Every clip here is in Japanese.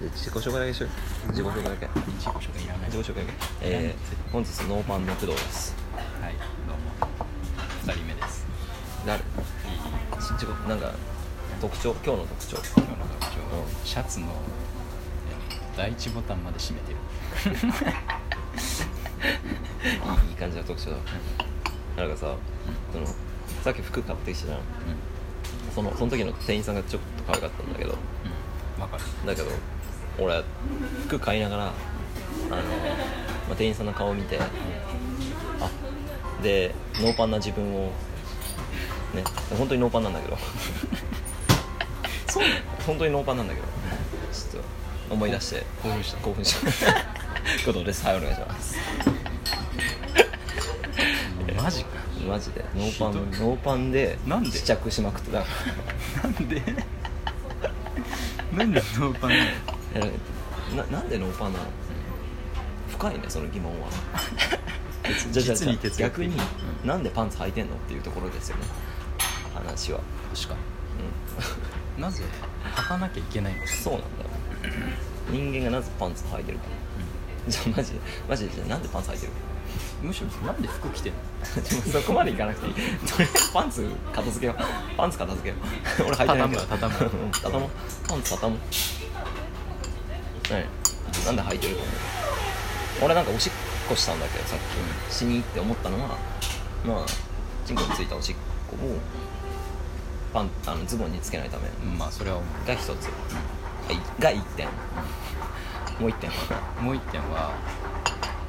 で自己紹介だけしよう自己紹介だけ自己紹介いらない自己紹介だけえー、本日ノーパンの工藤ですはいどうも二人目ですなるし自己なんか特徴今日の特徴今日の特徴うシャツのえ第一ボタンまで閉めてるいいいい感じの特徴だなんかさそのさっき服買ってきたじゃんうんうんそのその時の店員さんがちょっと可愛かったんだけどうんわかるだけど俺服買いながらあの、まあ、店員さんの顔を見てあでノーパンな自分をね本当にノーパンなんだけどそうなの本当にノーパンなんだけどちょっと思い出して興奮した興奮した ことですはいお願いしますマジかマジでノーパンひどいノーパンでなんで試着しまくってたなんでなんでノーパンなのえななんでノーパンなの深いねその疑問 はじゃあじゃあ実に哲逆学的に、うんなんでパンツ履いてんのっていうところですよね話は、確かうになぜ履かなきゃいけないのかん、 そうなんだよ人間がなぜパンツ履いてるかじゃあマジでマジでじゃあなんでパンツ履いてるむしろなんで服着てんのかでも そこまでいかなくていいと りあえずパンツ片付けようパンツ片付けよう 俺履いてないけど畳むわ畳むうん 畳もうパンツ畳もうはいなんで履いてると思う俺なんかおしっこしたんだけどさっきしにって思ったのはまあチンコについたおしっこをパンあのズボンにつけないためうんまあそれは思が一つはいが一点もう一点はうもう一点は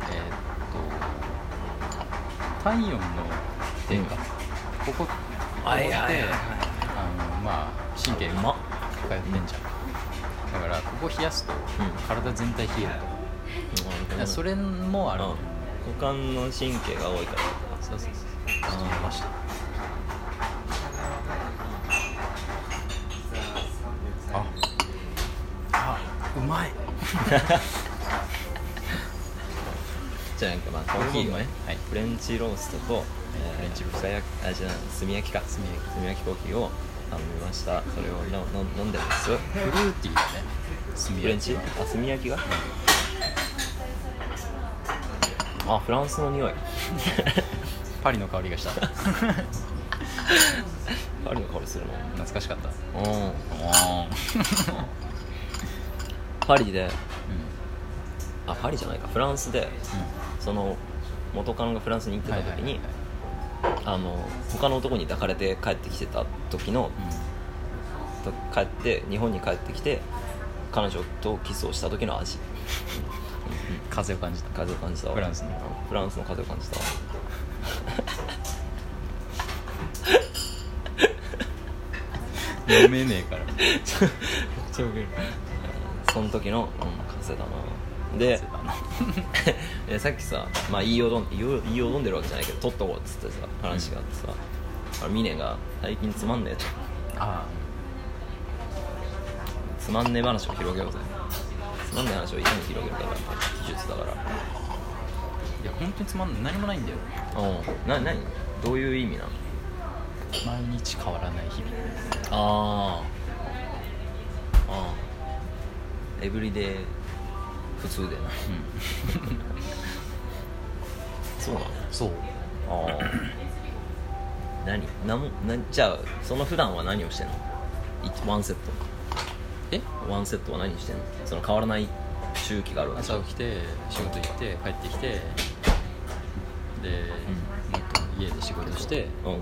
えーっと体温の低下、ここここあっいてやいやいやあのまあ神経うがまっ通ってんじゃんだからここ冷やすと体全体冷えると、いやそれもある、うん股間の神経が多いからそうそうそうあーちょっと伸ばしたああうまいじゃあなんかまあコーヒーをね、はいフレンチローストと、えフレンチロースト深焼きあじゃあ炭焼きか炭焼きコーヒーを頼みましたそれを飲飲飲んでますフルーティーだね炭焼きフレンチあ炭焼きがあフランスの匂いパリの香り がした懐あるの香りするかしかったもんうんおパリであパリじゃないかフランスでその元カノがフランスに行ってた時にあの他の男に抱かれて帰ってきてた時のと帰って日本に帰ってきて彼女とキスをした時の味風を感じた風を感じたわフランスのフランスの風を感じたわ 飲めねえからちょその時の、うん、風だなで でさっきさ、まあ、言いよどん言いよ言いよどんでるわけじゃないけど取っとこうっつってさ話があってさ、あミネが最近つまんねえとあつまんねえ話を広げようぜつまんねえ話をいかに広げるかが技術だからあいや本当につまんない何もないんだようんな何どういう意味なの毎日変わらない日々ああああエブリデイ普通でなそうなのそうああ何何も何じゃあその普段は何をしてんの一ワンセッえトワンセットは何してんのその変わらない周期があるわけじゃ朝ん起きて仕事行って帰ってきてで、もう一個家で仕事してうん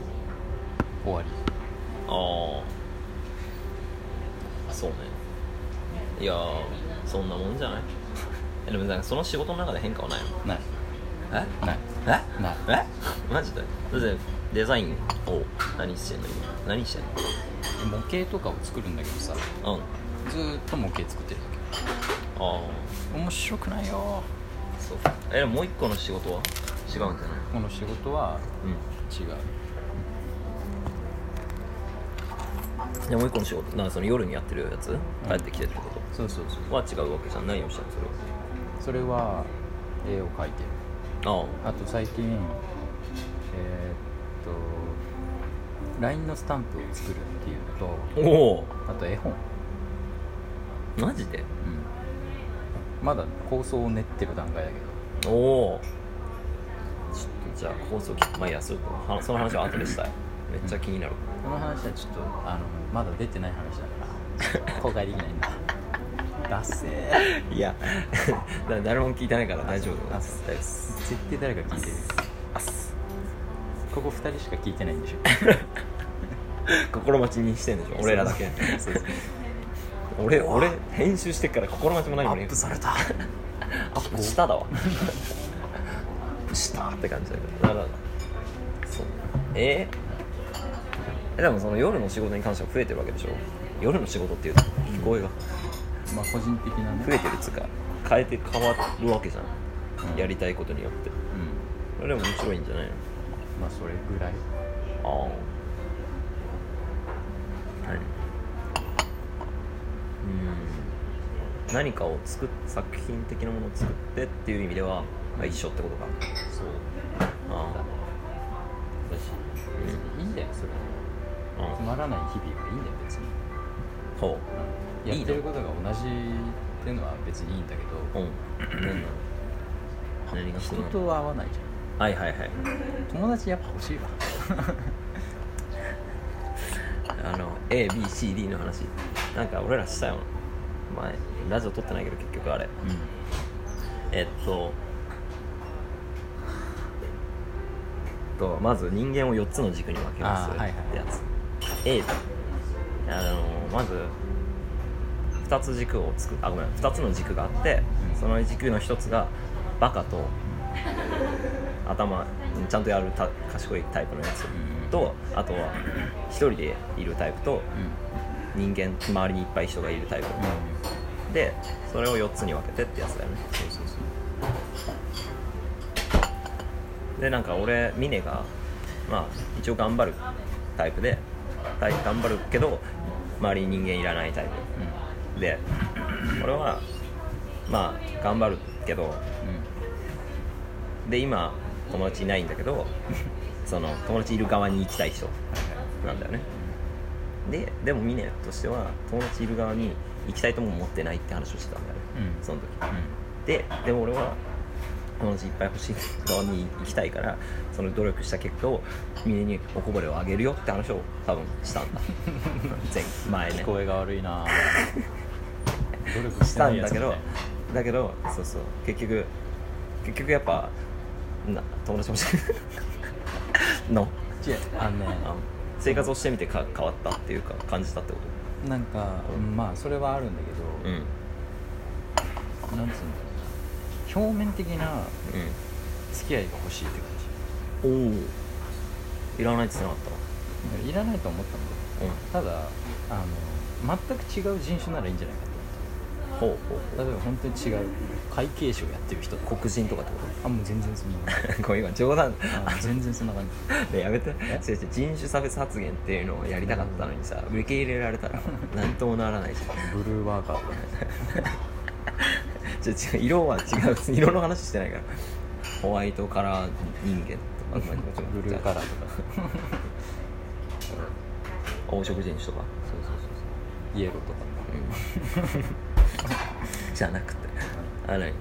終わりああそうねいやーそんなもんじゃない えでもなんかその仕事の中で変化はないのないえないえないえマジでだってデザインを何してんの今何してん模型とかを作るんだけどさのうんあずーっと模型作ってるだあけ面白くないよそうえでももう一個の仕事は違うんじゃないこの仕事は違ううんでもう一個の仕事なんかその夜にやってるやつん帰ってきてってこそうそうそうとは違うわけじゃん何をしたのそれそれは絵を描いてるはああと最近えーっと LINE のスタンプを作るっていうあのとおおあと絵本マジでうんまだ構想を練ってる段階だけどおおちょっとじゃあ構想きまあいいやそれとはその話は後でしたいめっちゃ気になる、この話はちょっとあのまだ出てない話だ から公開できないんだダッセーいや だ誰も聞いてないから大丈夫あですそう絶対誰か聞いてるあっすここ2人しか聞いてないんでしょ心待ちにしてんでしょ俺らだけそうそう俺俺編集してっから心待ちも何アもッねプされ たアップしただわしたって感じだけどだからそうえーえでもその夜の仕事に関しては増えてるわけでしょ夜の仕事っていうと聞こえが まあ個人的なね増えてるっつうか変えて変わるわけじゃん、うんやりたいことによってうんそれでも面白いんじゃないのまあそれぐらいああはいうん何かを作っ作品的なものを作ってっていう意味では、まあ、一緒ってことかそうあだねだし別にいいんだよそれあつまらない日々はいいんだよ別にうんほいいのやってることが同じっていうのは別にいいんだけうどうん何がす人るのと合わないじゃはいはいはいん友達やっぱ欲しいわあの ABCD の話なんか俺らしたよ前ラジオ撮ってないけど結局あれうんえっとえっとまず人間を4つの軸に分けますあーはいはいってやつ A あのまず2つ軸を作っあごめん2つの軸があって、うんその軸の1つがバカと頭ちゃんとやるた賢いタイプのやつうんとあとは1人でいるタイプとうんうん人間周りにいっぱい人がいるタイプでそれを4つに分けてってやつだよねそうそうそうでなんか俺ミネがまあ一応頑張るタイプでタイ頑張るけど周りに人間いらないタイうプで俺はまあ頑張るけどんうんで今友達いないんだけど その友達いる側に行きたい人なんだよねででもミネとしては友達いる側に行きたいとも思ってないって話をしてたんだよね、うんその時はいはいででも俺は友達いっぱい欲しい側に行きたいからその努力した結果を峰におこぼれをあげるよって話を多分した んだ前前うんね聞こえが悪いなぁ努力ししてたないんやだつみけたいどだけどそうそう結局結局やっぱな友達欲しい の違うあのねあの生活をしてみてか変わったっていうか感じたってこなんかうんまあそれはあるんだとうけんうんどなんつうんだろうな表面的な付き合いが欲しいって感おおいらないって言ってなかっじいらないと思ったんたうんだけどただあの全く違う人種ならいいんじゃないかとほうほうほ思った例えば本当に違う会計士をやってる人とうか黒人とかってこあもう全然そんな 感とこれ今冗談 じあ全然そんな感じね やめてえ違う違う人種差別発言っていうのをやりたかったのにさ受け入れられた らなんともならないじブルーワーカーとかねゃん違う違う色は違う 色の話してないからホワイトカラー人間とかまあまあちょっとブルーカラーとか 黄色人種とか、そうそうそうそうイエローとかうん じゃなくてあれ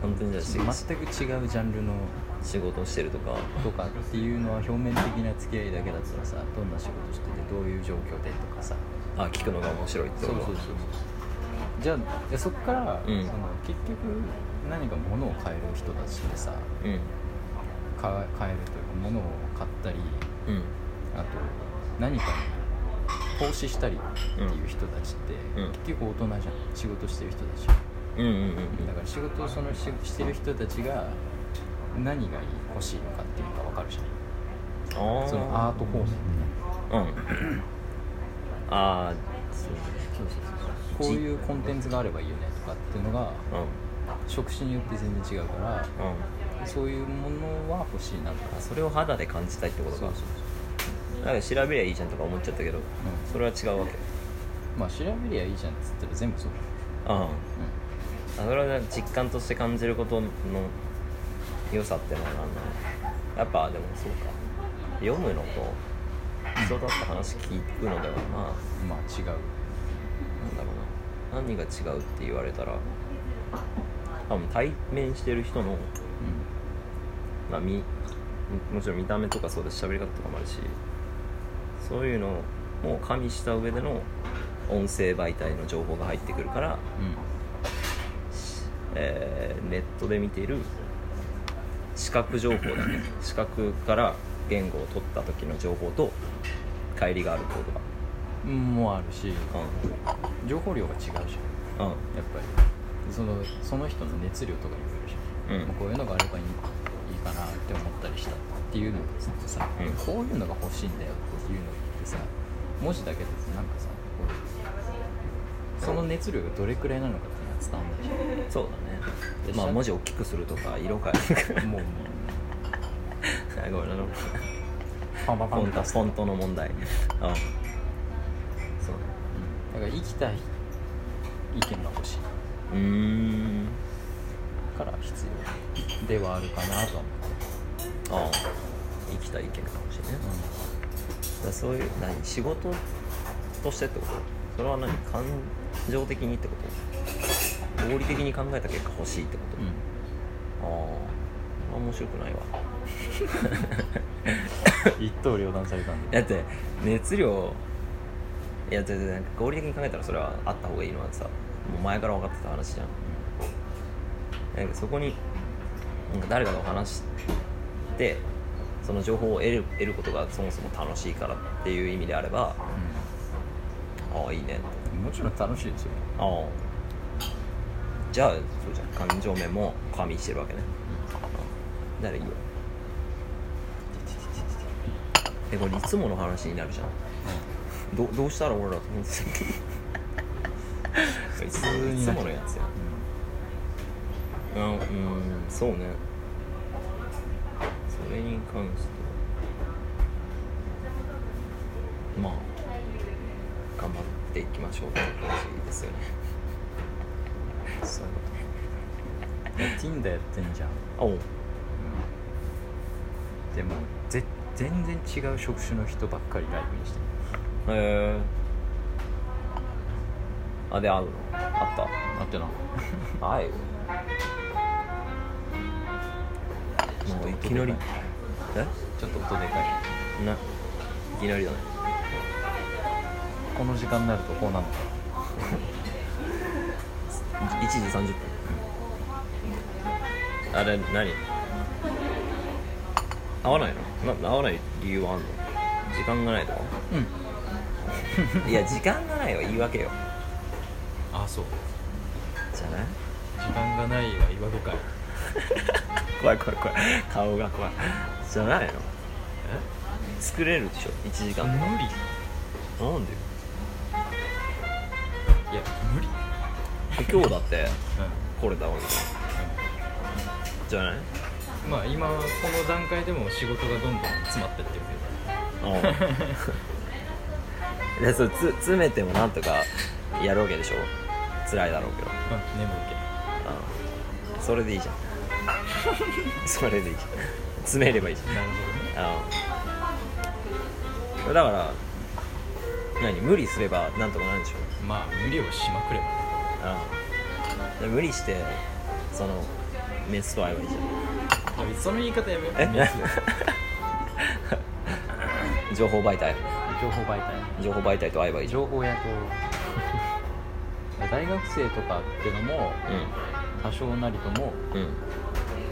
本当にじゃあ仕全く違うジャンルの仕事をしてるとかとかっていうのは表面的な付き合いだけだったらさどんな仕事しててどういう状況でとかさあ聞くのが面白いってことじゃあいやそこから、うんその結局何か物を買える人たちってさうんか買えるというか物を買ったりうんあと何かに投資したりっていう人たちって、うん結局大人じゃん仕事してる人たちうんうんうんだから仕事をそのししてる人たちが何が欲しいのかっていうのが分かるじゃああんそのアート方面うでねん ああそうそうそうそうこういうコンテンツがあればいいよねとかっていうのがう職種によって全然違うからんうんそういうものは欲しいなとかそれを肌で感じたいってことかそうそうなんか調べりゃいいじゃんとか思っちゃったけど、それは違うわけまあ調べりゃいいじゃんっつったら全部そうあうあそれは実感として感じることの良さってのは何なのやっぱでもそうか読むのと人だって話聞くのではまあんまあ違うなんだろうな何が違うって言われたら多分対面してる人の、まあ、みもちろん見た目とかそうだし喋り方とかもあるしそういうのも加味した上での音声媒体の情報が入ってくるから、うんうんえーネットで見ている視覚情報だね視覚から言語を取った時の情報と乖離があることがもあるしう情報量が違うじゃんやんうっんぱりそのその人の熱量とかにもよるじゃん、うんまあこういうのがあればいいいいかなって思ったりしたっていうのをずっとさ、うんこういうのが欲しいんだよっていうのを言ってさ文字だけでなんかさこうその熱量がどれくらいなのかっていうのは伝わんないじゃんそうだねまあ文字大きくするとか色変える とかもうもあごめんあのうパンパンパフォンント出すフォントの問題うんそうだから生きたい意見が欲しいねうーんから必要ではあるかなとは思って、ああ生きた意見かもしれないねだからそういう何仕事としてってことそれは何感情的にってこと合理的に考えた結果欲しいってこと、うんああ面白くないわ一刀両断されたんだって熱量いや全然なんか合理的に考えたらそれはあった方がいいのはさもう前から分かってた話じゃんなんかそこになんか誰かと話してその情報を得る得ることがそもそも楽しいからっていう意味であればああいいねってうん、もちろん楽しいですよ、ああじゃあそうじゃん感情面も加味してるわけねならいいよえこれいつもの話になるじゃんどどうしたら俺らと思ってた いつ普通いにつなっちゃうものやつやうんうんそうねそれに関してはまあ頑張っていきましょうっていう感じですよね そういうこうん、いや Tinder やってんじゃん、とおうでもぜ全然違う職種の人ばっかりライブにしてるへえあで会うのああってなった会うもういきなりえちょっと音でかいないきなりだねこの時間になるとこうなるのか1時30分あれ何合わないのな合わない理由はあんの時間がないとかう んいや時間がないは言い訳よあそうじゃない時間がないは言わけかい怖い怖い怖い顔が怖いじゃないのえ作れるでしょ1時間無とか理なんでよいや無理今日だってうこれだもんじゃないんまあ今この段階でも仕事がどんどん詰まってってる うんでそうつ詰めてもなんとかやるわけでしょ辛いだろうけどけど、うん、眠るうんそれでいいじゃんそれでいいじゃん 詰めればいいじけなるほゃんうんだから何無理すればなんとかなるでしょどねまあ無理をしまくればうんで無理してそのメスと会えばいいじいやその言い方やめようえメスゃん情報媒体情報媒体情報媒体と会えばいいじゃん情報屋と大学生とかってのも多少なりともうん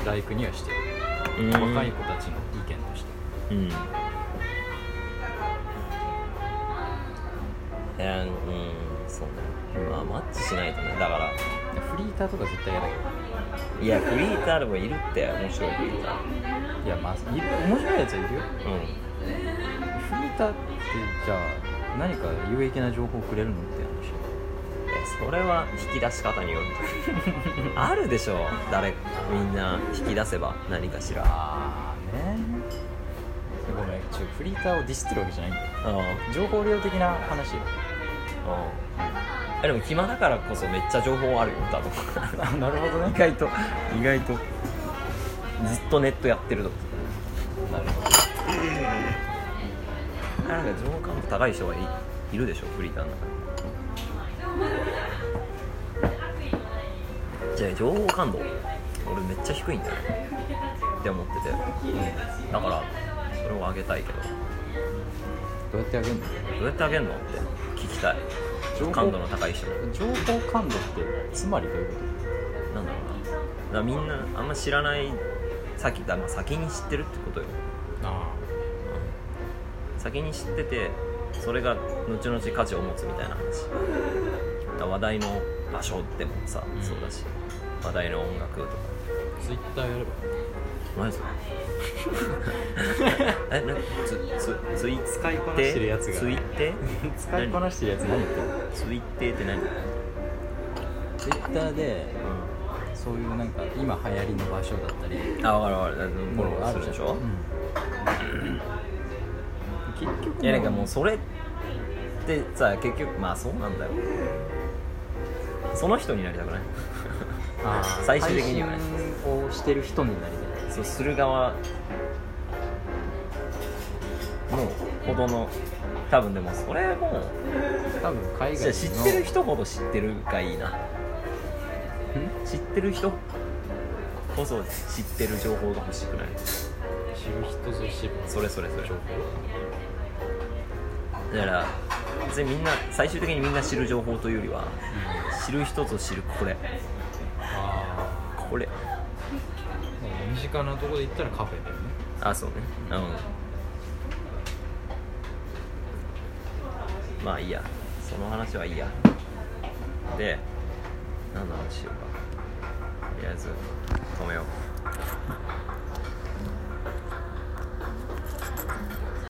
ライクにはしてうんる若い子たちの意見としてうんえー、うんそうねまあマッチしないとねだからフリーターとか絶対嫌だけいやフリーターでもいるって面白いフリーターどいやまあいる面白いやつはいるようフリーターってじゃあ何か有益な情報をくれるのってんいやそれは引き出し方によるあるでしょ誰みんな引き出せば何かしらあ話ああねごめんちょフリーターをディスってるわけじゃないんだよあ情報量的な話よ あでも暇だからこそめっちゃ情報あるよ多分あなるほど意外と意外とずっとネットやってるとかなるほどなんか情報感度高い人がいいるでしょフリーターの中にじゃあ情報感度俺めっちゃ低いんだよって思っててだからそれを上げたいけどどうやってあげるのどうやって上げるのって聞きたい情報感度の高い人に情報感度ってつまりどういうこなんだろうなだからみんなあんま知らない先だ、まあ、先に知ってるってことよ、とあうん先に知っててそれが後々価値を持つみたいな話だから話題の場所でもさ、うんそうだし話題の音楽とかあツイッターやればマ ジか えなつつつい使いこなしてるやつがツイッテ 使いこなしてるやつ何言ってんのツイッテって何、うん、ツイッターでそういうなんか今流行りの場所だったりあ分かる分かるフォローするでしょ、うん結局いやなんかもうそれってさ結局まあそうなんだよその人になりたくないあー最終的にはね配信をしてる人になりたいそうする側のほどの多分でもそれも多分海じゃあ外知ってる人ほど知ってるがいいな知ってる人こそ知ってる情報が欲しくない知る人ぞ知るそれそれそれだから別にみんな最終的にみんな知る情報というよりは知る人ぞ知るこれあこあれ身近なところで言ったらカフェだよねあそうねうんまあいいやその話はいいやで何の話しようかとりあえず止めよう